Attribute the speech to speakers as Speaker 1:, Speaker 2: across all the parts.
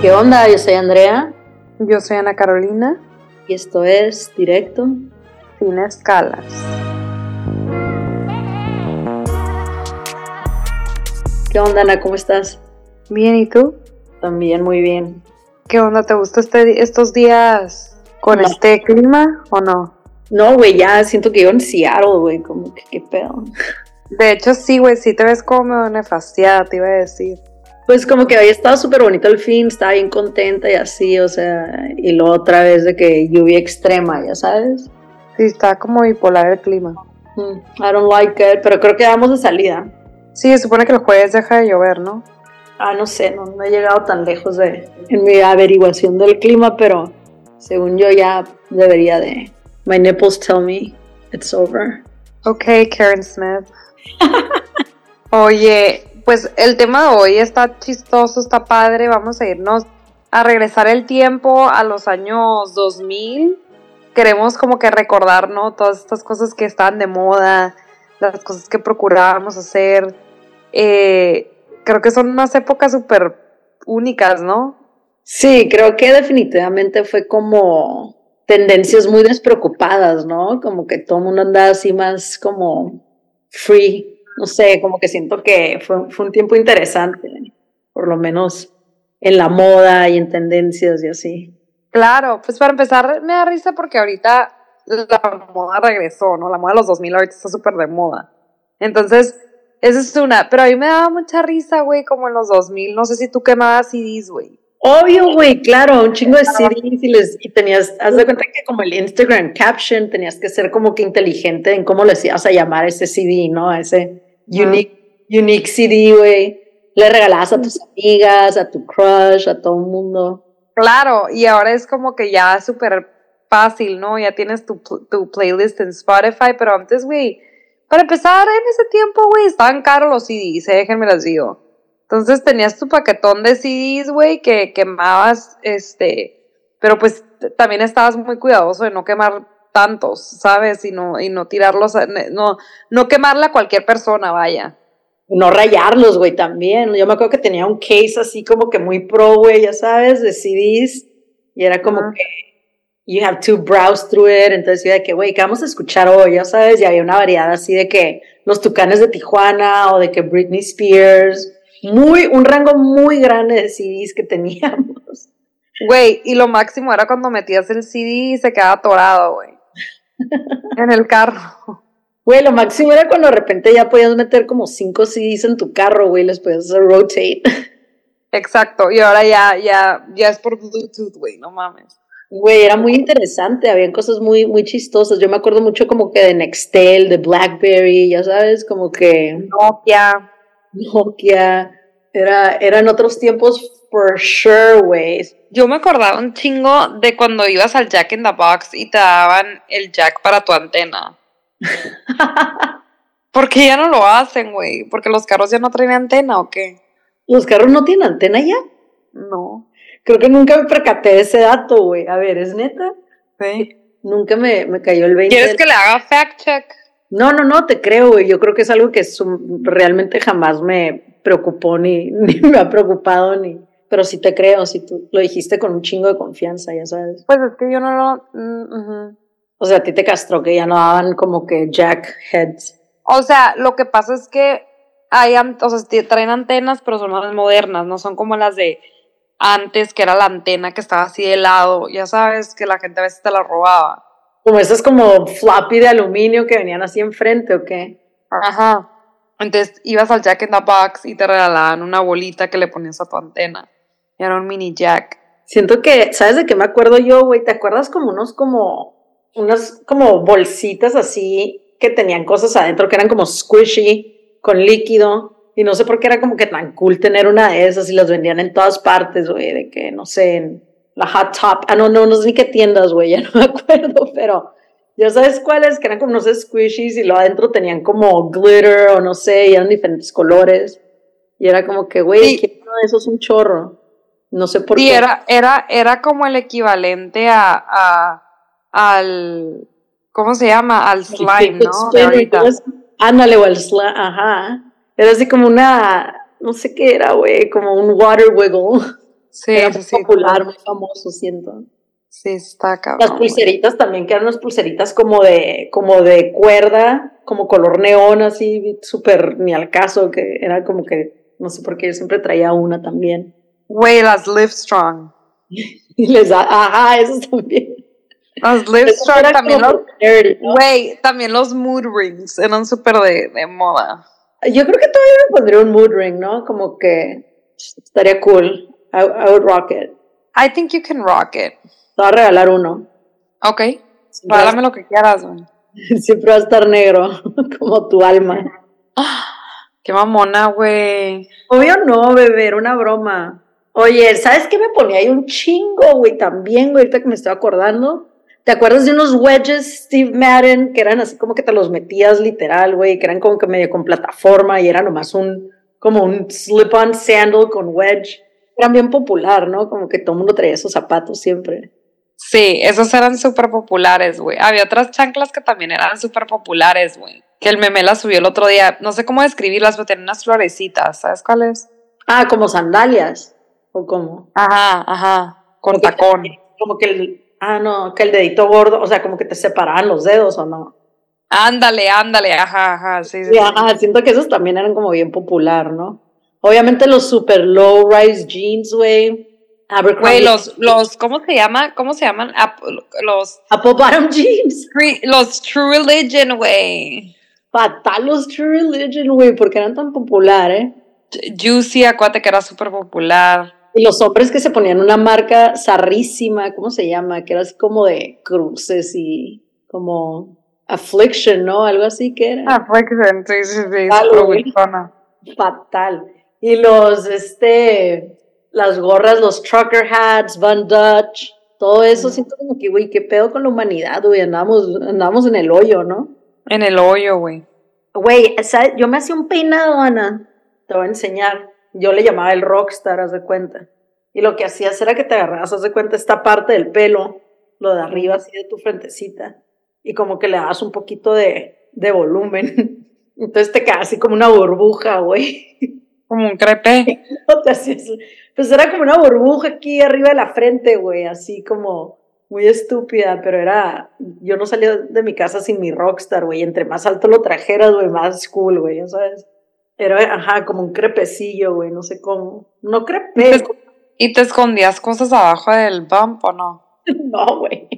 Speaker 1: ¿Qué onda? Yo soy Andrea
Speaker 2: Yo soy Ana Carolina,
Speaker 1: y esto es Directo.
Speaker 2: sin escalas.
Speaker 1: ¿Qué onda, Ana? ¿Cómo estás?
Speaker 2: Bien, ¿y tú?
Speaker 1: También muy bien.
Speaker 2: ¿Qué onda? ¿Te gustó este- estos días con
Speaker 1: No.
Speaker 2: este clima o no?
Speaker 1: No, güey, ya siento que yo en Seattle, güey, como que qué pedo.
Speaker 2: De hecho, sí, güey, sí te ves como medio nefastiada, te iba a decir.
Speaker 1: Pues como que había estado súper bonito el fin, estaba bien contenta y así, o sea, y luego otra vez de que lluvia extrema, ya sabes.
Speaker 2: Sí, está como bipolar el clima.
Speaker 1: Mm, I don't like it, pero creo que vamos de salida.
Speaker 2: Sí, se supone que el jueves deja de llover, ¿no?
Speaker 1: Ah, no sé, no, no he llegado tan lejos de, en mi averiguación del clima, pero según yo ya debería de. My nipples tell me it's over.
Speaker 2: Ok, Karen Smith. Oye, pues el tema de hoy está chistoso, está padre. Vamos a irnos a regresar el tiempo a los años 2000. Queremos como que recordar, ¿no? Todas estas cosas que estaban de moda, las cosas que procurábamos hacer. Eh, creo que son unas épocas súper únicas, ¿no?
Speaker 1: Sí, creo que definitivamente fue como tendencias muy despreocupadas, ¿no? Como que todo el mundo andaba así más como free, no sé, como que siento que fue, fue un tiempo interesante, por lo menos en la moda y en tendencias y así.
Speaker 2: Claro, pues para empezar me da risa porque ahorita la moda regresó, ¿no? La moda de los 2000 ahorita está súper de moda. Entonces, esa es una. Pero a mí me daba mucha risa, güey, como en los 2000. No sé si tú quemabas CDs, güey.
Speaker 1: Obvio, güey, claro, un chingo de CDs y, les, y tenías, haz de cuenta que como el Instagram caption tenías que ser como que inteligente en cómo le hacías a llamar a ese CD, ¿no? A ese unique, unique CD, güey. Le regalabas a tus amigas, a tu crush, a todo el mundo.
Speaker 2: Claro, y ahora es como que ya es súper fácil, ¿no? Ya tienes tu, pl- tu playlist en Spotify, pero antes, güey, para empezar en ese tiempo, güey, estaban caros los CDs, eh, déjenme les digo. Entonces tenías tu paquetón de CDs, güey, que quemabas, este, pero pues t- también estabas muy cuidadoso de no quemar tantos, ¿sabes? Y no, y no tirarlos, a- ne- no, no quemarla a cualquier persona, vaya.
Speaker 1: No rayarlos, güey, también. Yo me acuerdo que tenía un case así como que muy pro, güey, ya sabes, de CDs. Y era como
Speaker 2: Ajá.
Speaker 1: que you have to browse through it. Entonces yo de que, güey, ¿qué vamos a escuchar hoy? Ya sabes, y había una variedad así de que los tucanes de Tijuana o de que Britney Spears. Muy, un rango muy grande de CDs que teníamos.
Speaker 2: Güey, y lo máximo era cuando metías el CD y se quedaba atorado, güey. en el carro.
Speaker 1: Güey, lo máximo era cuando de repente ya podías meter como cinco CDs en tu carro, güey, les podías hacer rotate.
Speaker 2: Exacto. Y ahora ya, ya, ya es por Bluetooth, güey, no mames.
Speaker 1: Güey, era muy interesante, habían cosas muy, muy chistosas. Yo me acuerdo mucho como que de Nextel, de Blackberry, ya sabes, como que
Speaker 2: Nokia.
Speaker 1: Nokia. Era, eran otros tiempos for sure, güey.
Speaker 2: Yo me acordaba un chingo de cuando ibas al Jack in the Box y te daban el jack para tu antena. Porque ya no lo hacen, güey. Porque los carros ya no traen antena o qué.
Speaker 1: ¿Los carros no tienen antena ya?
Speaker 2: No.
Speaker 1: Creo que nunca me percaté de ese dato, güey. A ver, ¿es neta?
Speaker 2: Sí.
Speaker 1: Nunca me, me cayó el 20.
Speaker 2: ¿Quieres que le haga fact check?
Speaker 1: No, no, no, te creo, güey. Yo creo que es algo que su- realmente jamás me preocupó ni, ni me ha preocupado ni... Pero sí te creo, si tú lo dijiste con un chingo de confianza, ya sabes.
Speaker 2: Pues es que yo no lo. mm, ujú.
Speaker 1: O sea, a ti te castró que ya no daban como que jack heads.
Speaker 2: O sea, lo que pasa es que hay, an- o sea, tie- traen antenas, pero son las modernas, no son como las de antes, que era la antena que estaba así de lado. Ya sabes que la gente a veces te la robaba.
Speaker 1: Como esas como floppy de aluminio que venían así enfrente o qué.
Speaker 2: Ajá. Entonces ibas al Jack in the Box y te regalaban una bolita que le ponías a tu antena. Y era un mini Jack.
Speaker 1: Siento que, ¿sabes de qué me acuerdo yo, güey? ¿Te acuerdas como unos como, unas como bolsitas así que tenían cosas adentro que eran como squishy, con líquido? Y no sé por qué era como que tan cool tener una de esas y las vendían en todas partes, güey, de que, no sé, en la Hot Top. Ah, no, no, no sé ni qué tiendas, güey, ya no me acuerdo, pero ya sabes cuáles, que eran como unos squishies y lo adentro tenían como glitter o no sé, y eran diferentes colores. Y era como que, güey,
Speaker 2: Sí.
Speaker 1: quiero uno de esos un chorro. No sé por
Speaker 2: Sí,
Speaker 1: qué.
Speaker 2: era, era, era como el equivalente a, a- al. ¿Cómo se llama? Al slime,
Speaker 1: Fidget
Speaker 2: ¿no? De
Speaker 1: spinner,
Speaker 2: ahorita.
Speaker 1: ¿cómo es? Ándale, o al slime, ajá. Era así como una, no sé qué era, güey, como un water wiggle.
Speaker 2: Sí,
Speaker 1: Era
Speaker 2: sí,
Speaker 1: muy
Speaker 2: sí.
Speaker 1: popular, muy famoso, siento.
Speaker 2: Sí, está
Speaker 1: Las
Speaker 2: cabrón.
Speaker 1: pulseritas también, que eran unas pulseritas como de, como de cuerda, como color neón, así, súper ni al caso, que era como que, no sé por qué, yo siempre traía una también.
Speaker 2: Güey, las Live Strong.
Speaker 1: Y les da, ajá, esos también.
Speaker 2: Las Live
Speaker 1: Esos
Speaker 2: Strong
Speaker 1: eran
Speaker 2: también
Speaker 1: como
Speaker 2: los.
Speaker 1: nerdy, ¿no?
Speaker 2: Güey, también los mood rings eran súper de, de moda.
Speaker 1: Yo creo que todavía me pondría un mood ring, ¿no? Como que estaría cool. I, I would rock it.
Speaker 2: I think you can rock it.
Speaker 1: Te voy a regalar uno.
Speaker 2: Ok,
Speaker 1: Siempre va a-
Speaker 2: regálame lo que quieras, güey.
Speaker 1: siempre va a estar negro, como tu alma.
Speaker 2: Qué mamona, güey.
Speaker 1: Obvio no, bebé, era una broma. Oye, ¿sabes qué me ponía ahí un chingo, güey? También, güey, ahorita que me estoy acordando. ¿Te acuerdas de unos wedges Steve Madden que eran así como que te los metías literal, güey? Que eran como que medio con plataforma y era nomás un, como un slip-on sandal con wedge. Eran bien popular, ¿no? Como que todo el mundo traía esos zapatos siempre.
Speaker 2: Sí, esos eran súper populares, güey. Había otras chanclas que también eran súper populares, güey. Que el meme las subió el otro día. No sé cómo describirlas, pero tenían unas florecitas. ¿Sabes cuáles?
Speaker 1: Ah, como sandalias. ¿O como
Speaker 2: Ajá, ajá. Con
Speaker 1: Porque-
Speaker 2: tacón.
Speaker 1: Como que el. Ah, no, que el dedito gordo. O sea, como que te separaban los dedos, ¿o no?
Speaker 2: Ándale, ándale. Ajá, ajá. Sí,
Speaker 1: Sí,
Speaker 2: sí. sí.
Speaker 1: ajá, siento que esos también eran como bien popular, ¿no? Obviamente los super low rise jeans, güey. Abercrombie.
Speaker 2: Güey, los, los, ¿cómo se llama? ¿Cómo se llaman? Ap- Los,
Speaker 1: Apple bottom jeans.
Speaker 2: cre- los True Religion, güey.
Speaker 1: Fatal los True Religion, güey, porque eran tan populares, ¿eh?
Speaker 2: Ju- Juicy, acuérdate que era súper popular.
Speaker 1: Y los hombres que se ponían una marca zarrísima, ¿cómo se llama? Que era así como de cruces y como affliction, ¿no? Algo así que era.
Speaker 2: Ah, fue que se- sí, sí, sí,
Speaker 1: Ah,
Speaker 2: súper
Speaker 1: güey.
Speaker 2: buchona.
Speaker 1: fatal. Y los, este, las gorras, los trucker hats, Van Dutch, todo eso,
Speaker 2: Mm.
Speaker 1: siento como que, güey, qué pedo con la humanidad, güey, andamos, andamos en el hoyo, ¿no?
Speaker 2: En el hoyo, güey.
Speaker 1: Güey, ¿sabes? yo me hacía un peinado, Ana, te voy a enseñar. Yo le llamaba el rockstar, haz de cuenta. Y lo que hacías era que te agarrabas, haz de cuenta, esta parte del pelo, lo de arriba, así de tu frentecita, y como que le dabas un poquito de, de volumen. Entonces te quedaba así como una burbuja, güey.
Speaker 2: Como un crepe.
Speaker 1: No te hacías- Pues era como una burbuja aquí arriba de la frente, güey, así como muy estúpida, pero era, yo no salía de mi casa sin mi rockstar, güey, entre más alto lo trajeras, güey, más cool, güey, ya sabes. Era, ajá, como un crepecillo, güey, no sé cómo. No crepe,
Speaker 2: Pues- ¿Y te escondías cosas abajo del bump o no?
Speaker 1: no, güey.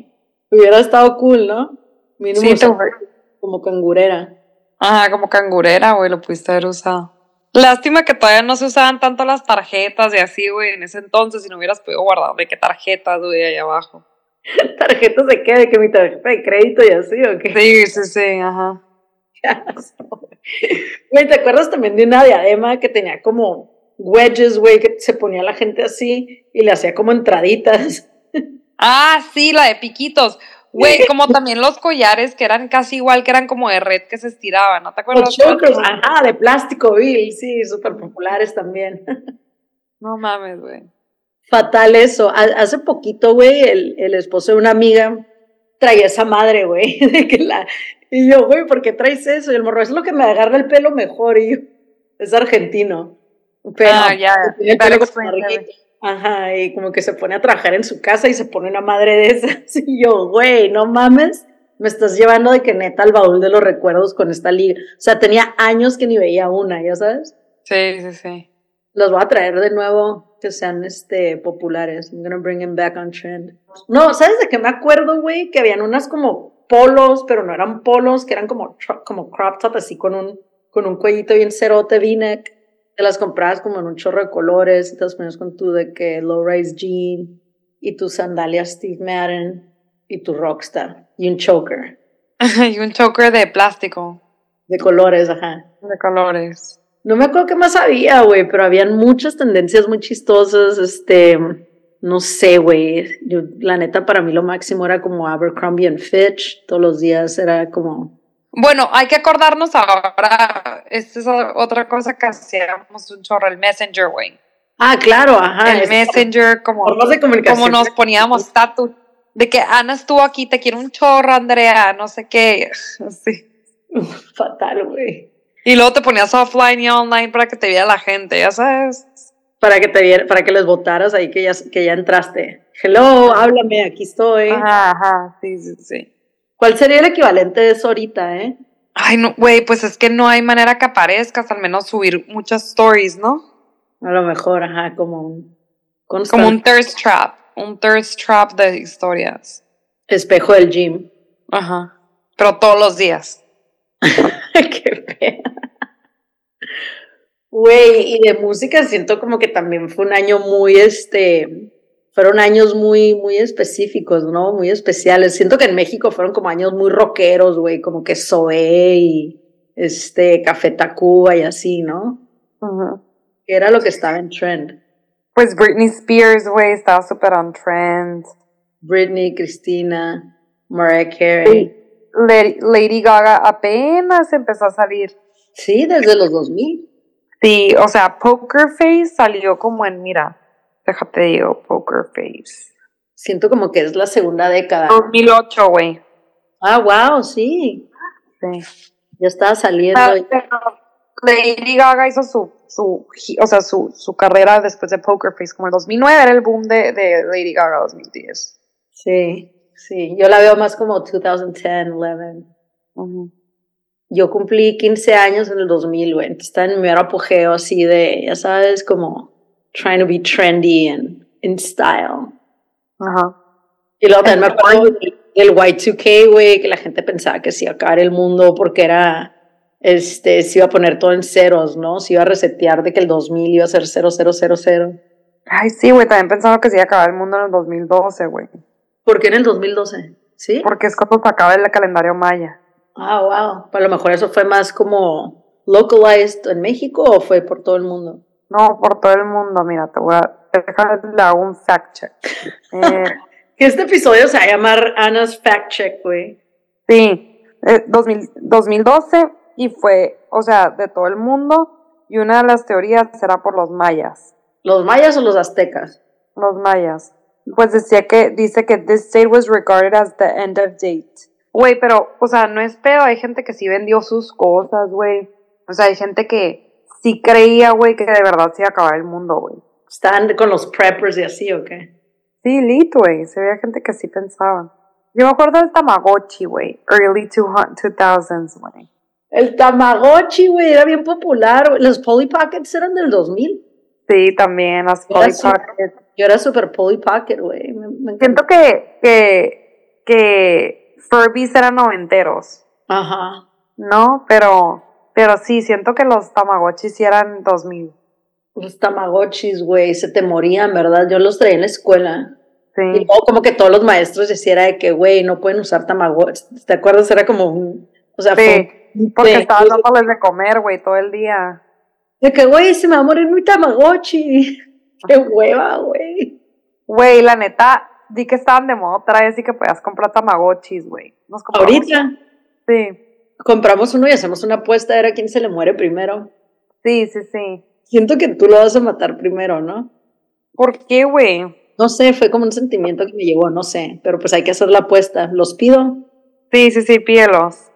Speaker 1: Hubiera estado cool, ¿no? Mínimo
Speaker 2: Sí,
Speaker 1: usar
Speaker 2: tú.
Speaker 1: como cangurera.
Speaker 2: Ajá, como cangurera, güey, lo pudiste haber usado. Lástima que todavía no se usaban tanto las tarjetas y así, güey, en ese entonces, si no hubieras podido guardar de qué tarjetas, güey, ahí abajo.
Speaker 1: ¿Tarjetas de qué? ¿De que mi tarjeta de crédito y así o qué?
Speaker 2: Sí, sí, sí, ajá.
Speaker 1: asco. Güey, ¿te acuerdas también de una diadema que tenía como wedges, güey, que se ponía la gente así y le hacía como entraditas?
Speaker 2: Ah, sí, la de piquitos. Güey, como también los collares que eran casi igual, que eran como de red que se estiraban, ¿no te
Speaker 1: Los
Speaker 2: acuerdas?
Speaker 1: chocos, ajá, de plástico, Bill, sí, súper populares también.
Speaker 2: No mames, güey.
Speaker 1: Ah, Fatal eso. Ha- Hace poquito, güey, el, el esposo de una amiga traía esa madre, güey, de que la... Y yo, güey, ¿por qué traes eso? Y el morro, es lo que me agarra el pelo mejor. Y yo, es argentino. Pero
Speaker 2: Ah, ya,
Speaker 1: tiene el
Speaker 2: that
Speaker 1: pelo como
Speaker 2: explains
Speaker 1: larguito.
Speaker 2: everything.
Speaker 1: Ajá, y como que se pone a trabajar en su casa y se pone una madre de esas. Y yo, güey, no mames, me estás llevando de que neta al baúl de los recuerdos con esta liga. O sea, tenía años que ni veía una, ya sabes.
Speaker 2: Sí, sí, sí.
Speaker 1: Los voy a traer de nuevo que sean este, populares. I'm gonna bring them back on trend. No, ¿sabes de qué me acuerdo, güey? Que habían unas como polos, pero no eran polos, que eran como, tro- como crop top, así con un, con un cuellito bien cerote, v-neck. Te las comprabas como en un chorro de colores y te las ponías con tu de que low-rise jean y tus sandalias Steve Madden y tu rockstar y un choker
Speaker 2: y un choker de plástico,
Speaker 1: de colores, ajá.
Speaker 2: de colores.
Speaker 1: No me acuerdo qué más había, güey, pero habían muchas tendencias muy chistosas, este, no sé, güey, yo, la neta para mí lo máximo era como Abercrombie and Fitch, todos los días era como,
Speaker 2: Bueno, hay que acordarnos ahora, esta es o- otra cosa que hacíamos un chorro, el Messenger, güey.
Speaker 1: ah, claro, ajá,
Speaker 2: el
Speaker 1: es-
Speaker 2: Messenger, como,
Speaker 1: formas de comunicación.
Speaker 2: como nos poníamos status, de que Ana estuvo aquí, te quiero un chorro, Andrea, no sé qué. Sí.
Speaker 1: Fatal, güey.
Speaker 2: Y luego te ponías offline y online para que te viera la gente, ya sabes.
Speaker 1: para que te vier- para que les votaras ahí que ya, que ya entraste. Hello, háblame, aquí estoy.
Speaker 2: Ajá, ajá, sí, sí, sí.
Speaker 1: ¿Cuál sería el equivalente de eso ahorita, eh?
Speaker 2: Ay, no, güey, pues es que no hay manera que aparezcas, al menos subir muchas stories, ¿no?
Speaker 1: A lo mejor, ajá, como un constante
Speaker 2: Como un thirst trap, un thirst trap de historias.
Speaker 1: espejo del gym.
Speaker 2: Ajá. Pero todos los días.
Speaker 1: Qué pena. Güey, y de música siento como que también fue un año muy, este, fueron años muy, muy específicos, ¿no? Muy especiales. Siento que en México fueron como años muy rockeros, güey, como que Zoé y, este, Café Tacuba y así, ¿no? Que era lo que estaba en trend.
Speaker 2: Pues Britney Spears, güey, estaba súper on trend.
Speaker 1: Britney, Cristina, Mariah Carey.
Speaker 2: Le- Lady Gaga apenas empezó a salir.
Speaker 1: Sí, desde los 2000.
Speaker 2: Sí, o sea, Poker Face salió como en, mira, déjate digo, Poker Face.
Speaker 1: Siento como que es la segunda década.
Speaker 2: Oh. 2008, güey.
Speaker 1: Ah, wow, sí.
Speaker 2: Sí.
Speaker 1: Ya estaba saliendo.
Speaker 2: Ah, pero Lady Gaga hizo su, su, gi- o sea, su, su carrera después de Poker Face, como el 2009 era el boom de, de Lady Gaga 2010.
Speaker 1: Sí, sí, yo la veo más como 2010, 11. Yo cumplí 15 años en el 2000, güey, entonces estaba en mi mero apogeo así de, ya sabes, como trying to be trendy and in style.
Speaker 2: Ajá.
Speaker 1: Y luego también me acuerdo del- del Y2K, güey, que la gente pensaba que se iba a acabar el mundo porque era, este, se iba a poner todo en ceros, ¿no? Se iba a resetear de que el 2000 iba a ser 0000.
Speaker 2: Ay, sí, güey, también pensaron que se iba a acabar el mundo en el 2012, güey.
Speaker 1: ¿Por qué en el 2012? ¿Sí?
Speaker 2: Porque es cuando se acaba el calendario maya.
Speaker 1: Ah, wow. A lo mejor eso fue más como localized en México o fue por todo el mundo.
Speaker 2: No, por todo el mundo, mira, te voy a dejar la un fact check. Eh,
Speaker 1: Que este episodio se va a llamar Anna's Fact Check, güey.
Speaker 2: sí, eh, 2000 2012 y fue, o sea, de todo el mundo y una de las teorías será por los mayas.
Speaker 1: ¿Los mayas o los aztecas?
Speaker 2: los mayas. Pues decía que, dice que this date was regarded as the end of date. Güey, pero, o sea, no es pedo, hay gente que sí vendió sus cosas, güey. O sea, hay gente que sí creía, güey, que de verdad se iba a acabar el mundo, güey.
Speaker 1: ¿Están con los preppers y así o qué?
Speaker 2: Sí, lit, güey, se veía gente que sí pensaba. Yo me acuerdo del Tamagotchi, güey, early 2000s, güey.
Speaker 1: El Tamagotchi, güey, era bien popular. güey. Los Polly Pockets eran del 2000.
Speaker 2: Sí, también, las Polly
Speaker 1: sí.
Speaker 2: Pockets.
Speaker 1: Yo era súper Polly Pocket, güey. Me, me encanta.
Speaker 2: Siento que, que, que Furbies eran noventeros.
Speaker 1: Ajá.
Speaker 2: No, pero, pero sí, siento que los Tamagotchis sí eran 2000.
Speaker 1: Los Tamagotchis, güey, se te morían, ¿verdad? Yo los traía en la escuela. Y
Speaker 2: Sí.
Speaker 1: luego como que todos los maestros decían de que, güey, no pueden usar tamagotchi. ¿Te acuerdas? Era como un... O sea,
Speaker 2: Sí,
Speaker 1: fue un-
Speaker 2: porque
Speaker 1: de-
Speaker 2: estaban dándoles de comer, güey, todo el día.
Speaker 1: De que, güey, se me va a morir mi tamagotchi. Qué hueva, güey.
Speaker 2: Güey, la neta, di que estaban de moda otra vez y que podías comprar Tamagotchis, güey. Nos compramos-
Speaker 1: Ahorita
Speaker 2: Sí,
Speaker 1: compramos uno y hacemos una apuesta a ver a quién se le muere primero.
Speaker 2: sí, sí, sí.
Speaker 1: Siento que tú lo vas a matar primero, ¿no?
Speaker 2: ¿Por qué, güey?
Speaker 1: No sé, fue como un sentimiento que me llegó, no sé. Pero pues hay que hacer la apuesta. Los pido.
Speaker 2: Sí, sí, sí, pielos.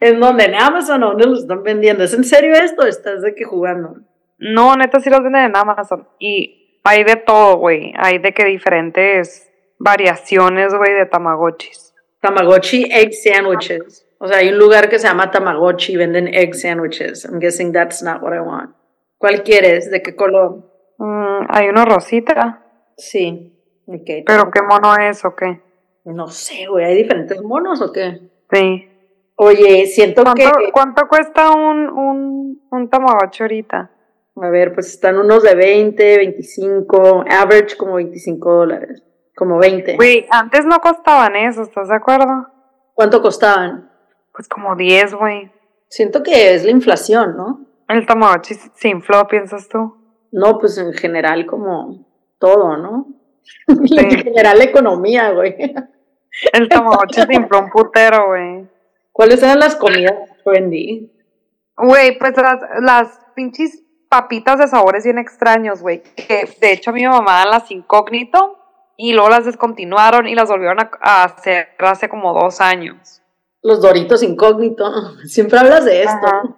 Speaker 1: ¿En dónde? ¿En Amazon o dónde los están vendiendo? ¿Es en serio esto? o ¿Estás de que jugando?
Speaker 2: No, neta, sí los venden en Amazon. Y hay de todo, güey. Hay de que diferentes variaciones, güey, de Tamagotchis.
Speaker 1: Tamagotchi egg sandwiches. O sea, hay un lugar que se llama Tamagotchi y venden egg sandwiches. I'm guessing that's not what I want. ¿Cuál quieres? ¿De qué color?
Speaker 2: Mm, hay uno rosita.
Speaker 1: Sí. Ok.
Speaker 2: Pero qué mono es o qué.
Speaker 1: No sé, güey. ¿Hay diferentes monos o qué?
Speaker 2: Sí.
Speaker 1: Oye, siento que.
Speaker 2: ¿Cuánto, cuánto cuesta un, un, un Tamagotchi ahorita?
Speaker 1: A ver, pues están unos de 20, 25. Average como 25 dólares. Como 20.
Speaker 2: Güey, antes no costaban eso, ¿estás de acuerdo?
Speaker 1: ¿Cuánto costaban?
Speaker 2: Pues como 10, güey.
Speaker 1: Siento que es la inflación, ¿no?
Speaker 2: El Tamagotchi se se infló, piensas tú.
Speaker 1: No, pues en general, como todo, ¿no? en general, la economía, güey.
Speaker 2: El Tamagotchi se infló un putero, güey.
Speaker 1: ¿Cuáles eran las comidas trendy?
Speaker 2: Güey, pues las, las pinches papitas de sabores bien extraños, güey. Que de hecho a mi mamá las incógnito y luego las descontinuaron y las volvieron a, a hacer hace como dos años.
Speaker 1: Los Doritos incógnito. Siempre hablas de esto.
Speaker 2: Ajá.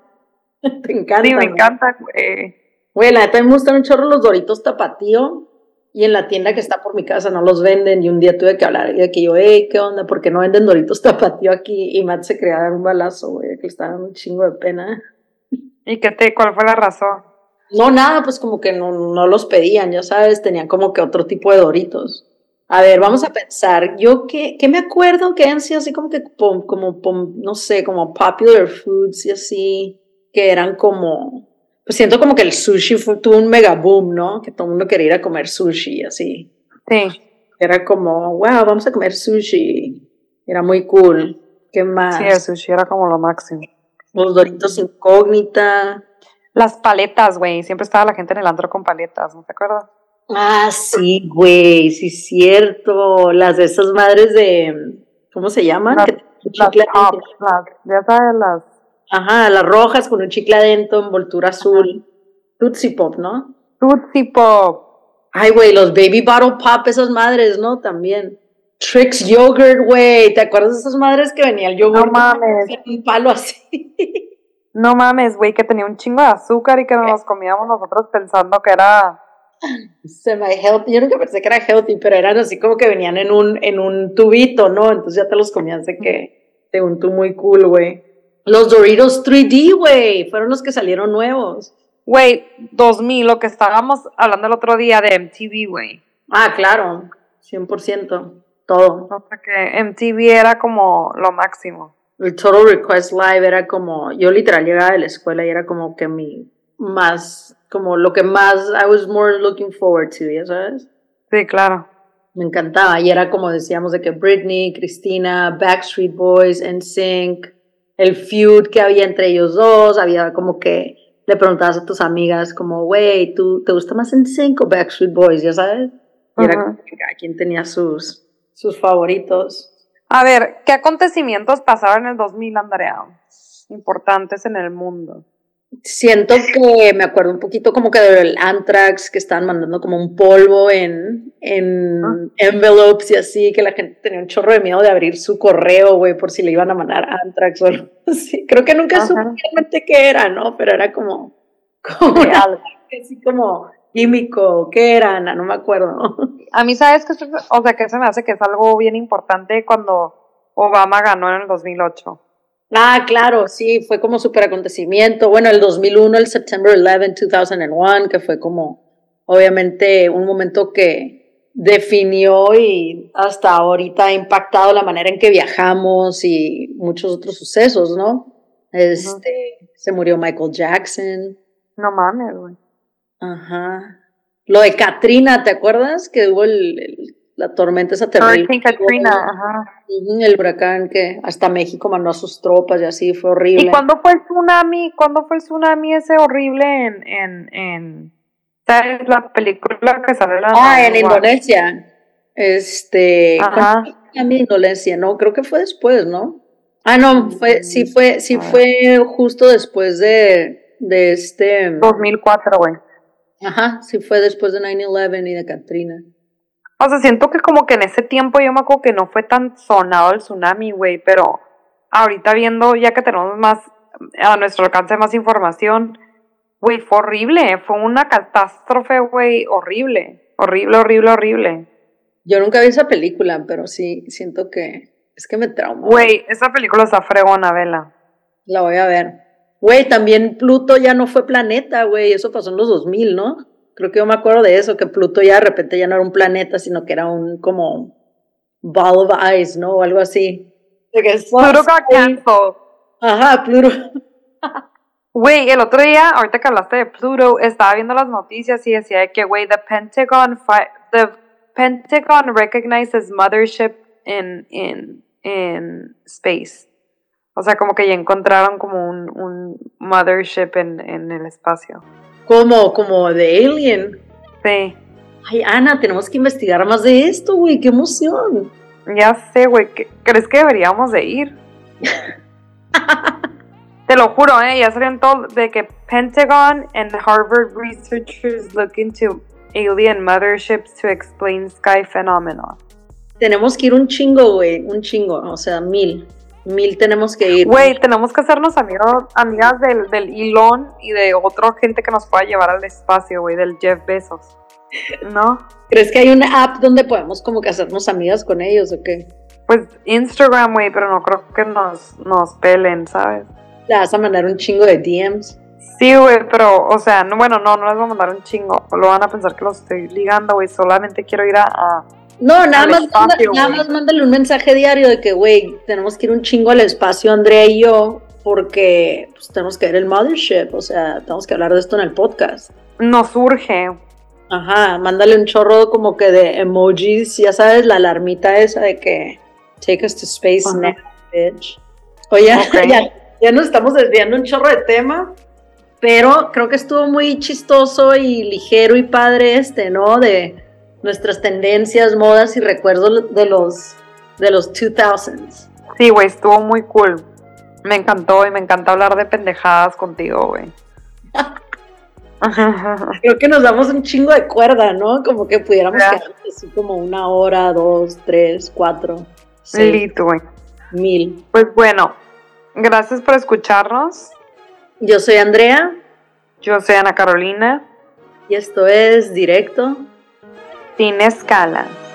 Speaker 1: Te encanta.
Speaker 2: Sí, me
Speaker 1: Ah, ¿no?
Speaker 2: encanta, güey.
Speaker 1: Güey, la neta me gustan un chorro los doritos tapatío. Y en la tienda que está por mi casa no los venden. Y un día tuve que hablar de que yo, hey, ¿qué onda? ¿Por qué no venden doritos tapatío aquí? Y Matt se quería dar un balazo, güey, que le estaba dando un chingo de pena.
Speaker 2: ¿Y qué te, cuál fue la razón?
Speaker 1: No, nada, pues como que no, no los pedían, ya sabes, tenían como que otro tipo de doritos. A ver, vamos a pensar, yo qué, qué me acuerdo que han sido así como que, pom- como, pom- no sé, como popular foods y así, que eran como, pues siento como que el sushi fue, tuvo un mega boom, ¿no? Que todo el mundo quería ir a comer sushi y así.
Speaker 2: Sí,
Speaker 1: Era como, wow, vamos a comer sushi. Era muy cool. ¿Qué más?
Speaker 2: sí, el sushi era como lo máximo.
Speaker 1: Los doritos incógnita.
Speaker 2: Las paletas, güey. Siempre estaba la gente en el antro con paletas, ¿no te acuerdas?
Speaker 1: Ah, sí, güey, sí, cierto. Las de esas madres de. ¿Cómo se llaman?
Speaker 2: Las-
Speaker 1: Que tienen un
Speaker 2: Las
Speaker 1: chicle
Speaker 2: tops,
Speaker 1: adentro.
Speaker 2: las, ya sabes, las...
Speaker 1: Ajá, las rojas con un chicle adentro, envoltura azul. Tootsie Pop, ¿no?
Speaker 2: Tootsie Pop.
Speaker 1: Ay, güey, los Baby Bottle Pop, esas madres, ¿no? También. Trix Yogurt, güey. ¿Te acuerdas de esas madres que venía el
Speaker 2: No
Speaker 1: yogurt?
Speaker 2: mames,
Speaker 1: con Un palo así.
Speaker 2: no mames, güey, que tenía un chingo de azúcar y que nos los comíamos nosotros pensando que era...
Speaker 1: Semi healthy. Yo nunca pensé que era healthy, pero eran así como que venían en un, en un tubito, ¿no? Entonces ya te los comías de que de un tú muy cool, güey. Los Doritos 3D, güey, fueron los que salieron nuevos.
Speaker 2: Güey, 2000, lo que estábamos hablando el otro día de MTV, güey.
Speaker 1: Ah, claro, 100%, todo.
Speaker 2: O sea que MTV era como lo máximo.
Speaker 1: El Total Request Live era como, yo literal llegaba de la escuela y era como que mi más, como lo que más, I was more looking forward to, ya sabes.
Speaker 2: Sí, claro.
Speaker 1: Me encantaba. Y era como decíamos de que Britney, Cristina, Backstreet Boys, NSYNC, el feud que había entre ellos dos, había como que le preguntabas a tus amigas como, güey, ¿tú te gusta más NSYNC o Backstreet Boys? Ya sabes. Y era
Speaker 2: Ajá.
Speaker 1: como que cada quien tenía sus, sus favoritos.
Speaker 2: A ver, ¿qué acontecimientos pasaron en el 2000, Andrea? Importantes en el mundo.
Speaker 1: Siento que me acuerdo un poquito como que del Anthrax que estaban mandando como un polvo en, en
Speaker 2: Ah.
Speaker 1: envelopes y así, que la gente tenía un chorro de miedo de abrir su correo, güey, por si le iban a mandar Anthrax o algo así. Creo que nunca
Speaker 2: Ajá.
Speaker 1: supe realmente qué era, ¿no? Pero era como, como
Speaker 2: Sí,
Speaker 1: una-
Speaker 2: algo.
Speaker 1: así como químico, ¿qué era, Ana? No me acuerdo.
Speaker 2: A mí, ¿sabes qué? se- O sea, que se me hace que es algo bien importante cuando Obama ganó en el 2008.
Speaker 1: Ah, claro, sí, fue como súper acontecimiento. Bueno, el 2001, el September 11, 2001, que fue como, obviamente, un momento que definió y hasta ahorita ha impactado la manera en que viajamos y muchos otros sucesos, ¿no? Este, se murió Michael Jackson.
Speaker 2: No mames, güey.
Speaker 1: Ajá. Lo de Katrina, ¿te acuerdas? Que hubo el, el- la tormenta esa terrible.
Speaker 2: Hurricane
Speaker 1: que hubo,
Speaker 2: Ah, Katrina, ajá.
Speaker 1: ujú, El huracán que hasta México mandó a sus tropas y así, fue horrible.
Speaker 2: ¿Y cuándo fue el tsunami? ¿Cuándo fue el tsunami ese horrible en... en, en ¿Sabes la película que sale la...
Speaker 1: Ah, en
Speaker 2: la-
Speaker 1: Indonesia. Este,
Speaker 2: Ajá.
Speaker 1: también Indonesia, no, creo que fue después, ¿no? Ah, no, fue, sí fue, sí
Speaker 2: Ah.
Speaker 1: fue justo después de, de este,
Speaker 2: 2004, güey.
Speaker 1: ajá, sí fue después de 9-11 y de Katrina.
Speaker 2: O sea, siento que como que en ese tiempo yo me acuerdo que no fue tan sonado el tsunami, güey, pero ahorita viendo, ya que tenemos más, a nuestro alcance más información, güey, fue horrible, fue una catástrofe, güey, horrible, horrible, horrible, horrible.
Speaker 1: Yo nunca vi esa película, pero sí siento que, es que me traumó.
Speaker 2: Güey, esa película está fregona, vela.
Speaker 1: La voy a ver. Güey, también Pluto ya no fue planeta, güey, eso pasó en los 2000, ¿no? Creo que yo me acuerdo de eso, que Pluto ya de repente ya no era un planeta, sino que era un como ball of ice, ¿no? O algo así. De que es-
Speaker 2: Pluto got canceled.
Speaker 1: Ajá, Pluto.
Speaker 2: Güey, el otro día, ahorita que hablaste de Pluto, estaba viendo las noticias y decía de que, güey, the Pentagon, fi- the Pentagon recognizes mothership in, in, in space. O sea, como que ya encontraron como un, un mothership en, en el espacio.
Speaker 1: Como, como de Alien.
Speaker 2: Sí,
Speaker 1: Ay, Ana, tenemos que investigar más de esto, güey, qué emoción.
Speaker 2: ya sé, güey, ¿qué- ¿crees que deberíamos de ir? Te lo juro, eh, ya salieron todo de que Pentagon and Harvard researchers look into alien motherships to explain sky phenomena.
Speaker 1: Tenemos que ir un chingo, güey, un chingo, o sea, mil. Mil tenemos que ir.
Speaker 2: Güey, tenemos que hacernos amigos, amigas del, del Elon y de otra gente que nos pueda llevar al espacio, güey, del Jeff Bezos. ¿No?
Speaker 1: ¿Crees que hay una app donde podemos como que hacernos amigas con ellos o qué?
Speaker 2: Pues Instagram, güey, pero no creo que nos, nos pelen, ¿sabes?
Speaker 1: Le vas a mandar un chingo de DMs.
Speaker 2: Sí, güey, pero, o sea, no, bueno, no, no les voy a mandar un chingo. Lo van a pensar que lo estoy ligando, güey. Solamente quiero ir a. a-
Speaker 1: No, nada
Speaker 2: Al
Speaker 1: más, manda-
Speaker 2: espacio,
Speaker 1: nada
Speaker 2: güey.
Speaker 1: más mándale un mensaje diario de que, güey, tenemos que ir un chingo al espacio, Andrea y yo, porque pues, tenemos que ver el mothership, o sea, tenemos que hablar de esto en el podcast.
Speaker 2: Nos surge.
Speaker 1: Ajá, mándale un chorro como que de emojis, ya sabes, la alarmita esa de que take us to space
Speaker 2: Ajá.
Speaker 1: now, bitch. Oye,
Speaker 2: Ok.
Speaker 1: ya, ya nos estamos desviando un chorro de tema, pero creo que estuvo muy chistoso y ligero y padre este, ¿no? De nuestras tendencias, modas y recuerdos de los de los 2000s.
Speaker 2: Sí, güey, estuvo muy cool. Me encantó y me encanta hablar de pendejadas contigo, güey.
Speaker 1: Creo que nos damos un chingo de cuerda, ¿no? Como que pudiéramos
Speaker 2: Ya.
Speaker 1: quedarnos así como una hora, dos, tres, cuatro, seis,
Speaker 2: Lito, güey.
Speaker 1: mil.
Speaker 2: Pues bueno, gracias por escucharnos.
Speaker 1: Yo soy Andrea
Speaker 2: Yo soy Ana Carolina,
Speaker 1: y esto es Directo
Speaker 2: sin escala.